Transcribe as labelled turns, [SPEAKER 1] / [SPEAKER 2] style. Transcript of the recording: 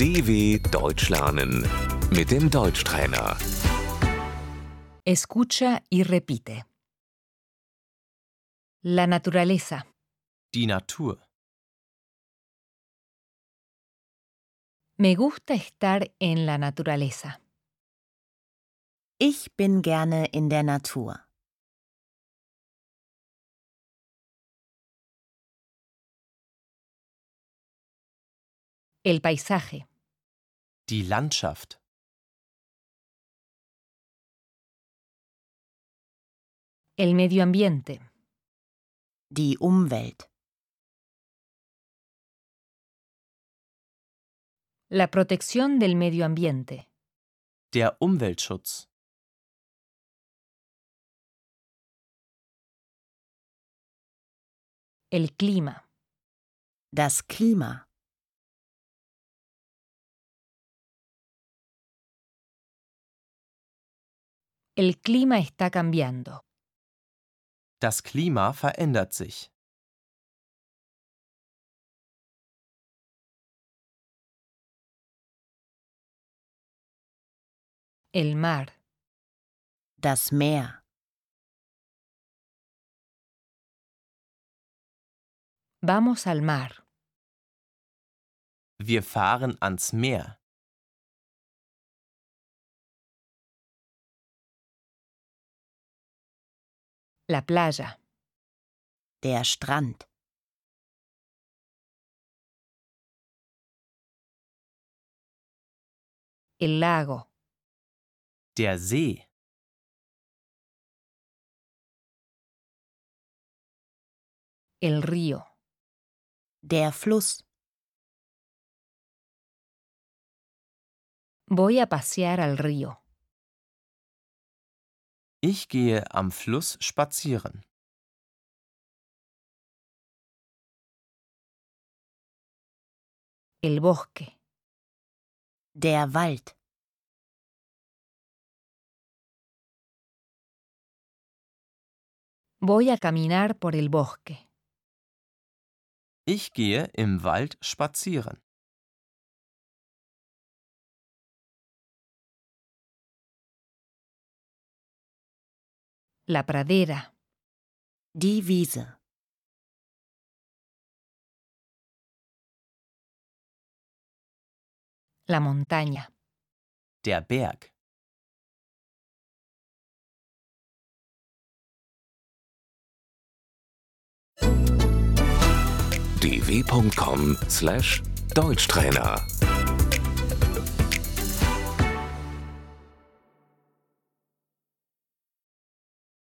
[SPEAKER 1] DW Deutsch lernen mit dem Deutschtrainer.
[SPEAKER 2] Escucha y repite. La naturaleza,
[SPEAKER 3] Die Natur.
[SPEAKER 2] me gusta estar en la naturaleza.
[SPEAKER 4] Ich bin gerne in der Natur.
[SPEAKER 2] El paisaje,
[SPEAKER 3] Die Landschaft.
[SPEAKER 2] el medio ambiente,
[SPEAKER 4] Die Umwelt.
[SPEAKER 2] la protección del medio ambiente,
[SPEAKER 3] Der Umweltschutz.
[SPEAKER 2] el clima,
[SPEAKER 4] Das Klima.
[SPEAKER 2] el clima está cambiando,
[SPEAKER 3] Das Klima verändert sich.
[SPEAKER 2] el mar,
[SPEAKER 4] Das Meer.
[SPEAKER 2] vamos al mar,
[SPEAKER 3] Wir fahren ans Meer.
[SPEAKER 2] la playa,
[SPEAKER 4] Der Strand.
[SPEAKER 2] el lago,
[SPEAKER 3] Der See.
[SPEAKER 2] el río,
[SPEAKER 4] Der Fluss.
[SPEAKER 2] voy a pasear al río,
[SPEAKER 3] Ich gehe am Fluss spazieren.
[SPEAKER 2] el bosque,
[SPEAKER 4] Der Wald.
[SPEAKER 2] voy a caminar por el bosque,
[SPEAKER 3] Ich gehe im Wald spazieren.
[SPEAKER 2] la pradera,
[SPEAKER 4] Die Wiese.
[SPEAKER 2] la montaña.
[SPEAKER 3] Der Berg.
[SPEAKER 1] dw.com/deutschtrainer